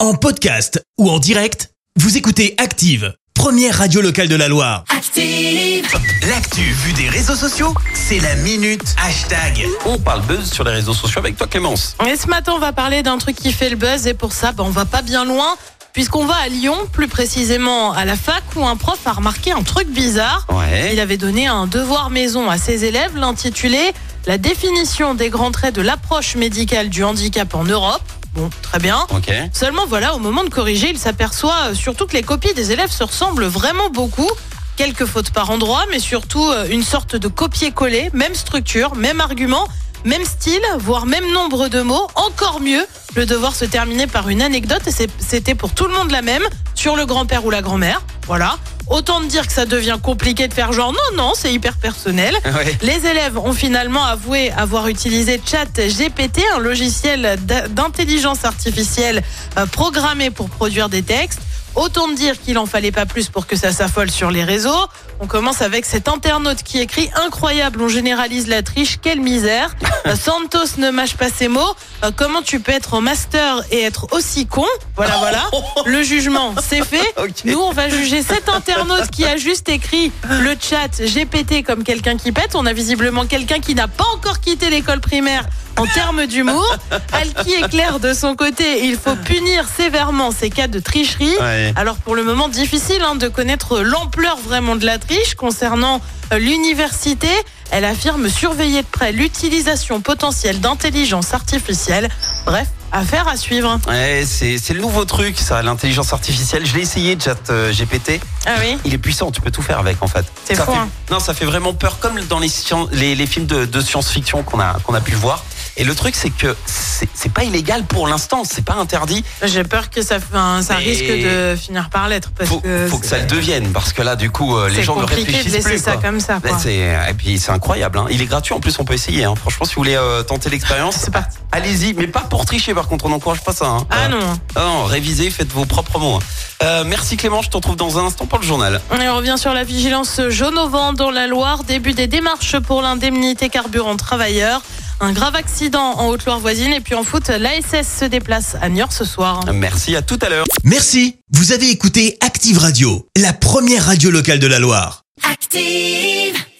En podcast ou en direct, vous écoutez Active, première radio locale de la Loire. Active. L'actu vue des réseaux sociaux, c'est la minute hashtag. On parle buzz sur les réseaux sociaux avec toi Clémence. Et ce matin, on va parler d'un truc qui fait le buzz et pour ça, ben, on va pas bien loin puisqu'on va à Lyon, plus précisément à la fac où un prof a remarqué un truc bizarre. Ouais. Il avait donné un devoir maison à ses élèves, l'intitulé La définition des grands traits de l'approche médicale du handicap en Europe. Bon, très bien. Ok. Seulement voilà, au moment de corriger, il s'aperçoit euh, surtout que les copies des élèves se ressemblent vraiment beaucoup. Quelques fautes par endroit, mais surtout euh, une sorte de copier-coller, même structure, même argument, même style, voire même nombre de mots. Encore mieux, le devoir se terminait par une anecdote et c'est- c'était pour tout le monde la même, sur le grand-père ou la grand-mère. Voilà. Autant te dire que ça devient compliqué de faire genre non, non, c'est hyper personnel. Ouais. Les élèves ont finalement avoué avoir utilisé ChatGPT, un logiciel d'a- d'intelligence artificielle euh, programmé pour produire des textes. Autant te dire qu'il en fallait pas plus pour que ça s'affole sur les réseaux. On commence avec cet internaute qui écrit incroyable, on généralise la triche, quelle misère. Euh, Santos ne mâche pas ses mots. Euh, Comment tu peux être en master et être aussi con Voilà, voilà. Le jugement, c'est fait. Ok. Nous, on va juger cet internaute qui a juste écrit le chat GPT comme quelqu'un qui pète. On a visiblement quelqu'un qui n'a pas encore quitté l'école primaire en termes d'humour. Alki est clair de son côté. Il faut punir sévèrement ces cas de tricherie. Ouais. Alors pour le moment, difficile hein, de connaître l'ampleur vraiment de la triche concernant euh, l'université. Elle affirme surveiller de près l'utilisation potentielle d'intelligence artificielle. Bref, affaire à suivre. Ouais, c'est c'est le nouveau truc ça, l'intelligence artificielle. Je l'ai essayé chat euh, GPT. Ah oui, Il est puissant, tu peux tout faire avec en fait. C'est Ça fou, fait- hein. Non, ça fait vraiment peur comme dans les, scien- les, les films de, de science-fiction qu'on a, qu'on a pu voir. Et le truc c'est que c'est c'est pas illégal pour l'instant, c'est pas interdit. j'ai peur que ça, enfin, ça Mais- risque de finir par l'être parce Faut, que faut que ça le devienne parce que là du coup euh, les c'est gens ne compliqué de réfléchissent laisser plus. ça quoi. comme ça. Ouais, quoi. c'est- et puis c'est incroyable, hein. il est gratuit en plus on peut essayer. hein. Franchement si vous voulez euh, tenter l'expérience, C'est parti. allez-y, mais pas pour tricher par contre, on n'encourage pas ça. hein. Ah Euh, non. Ah non, révisez, faites vos propres mots. Euh, merci Clément, je te retrouve dans un instant pour le journal. Et on revient sur la vigilance jaune au vent dans la Loire. Début des démarches pour l'indemnité carburant travailleurs. Un grave accident en Haute-Loire voisine. Et puis en foot, l'ASS se déplace à Niort ce soir. Merci, à tout à l'heure. Merci, vous avez écouté Active Radio, la première radio locale de la Loire. Active.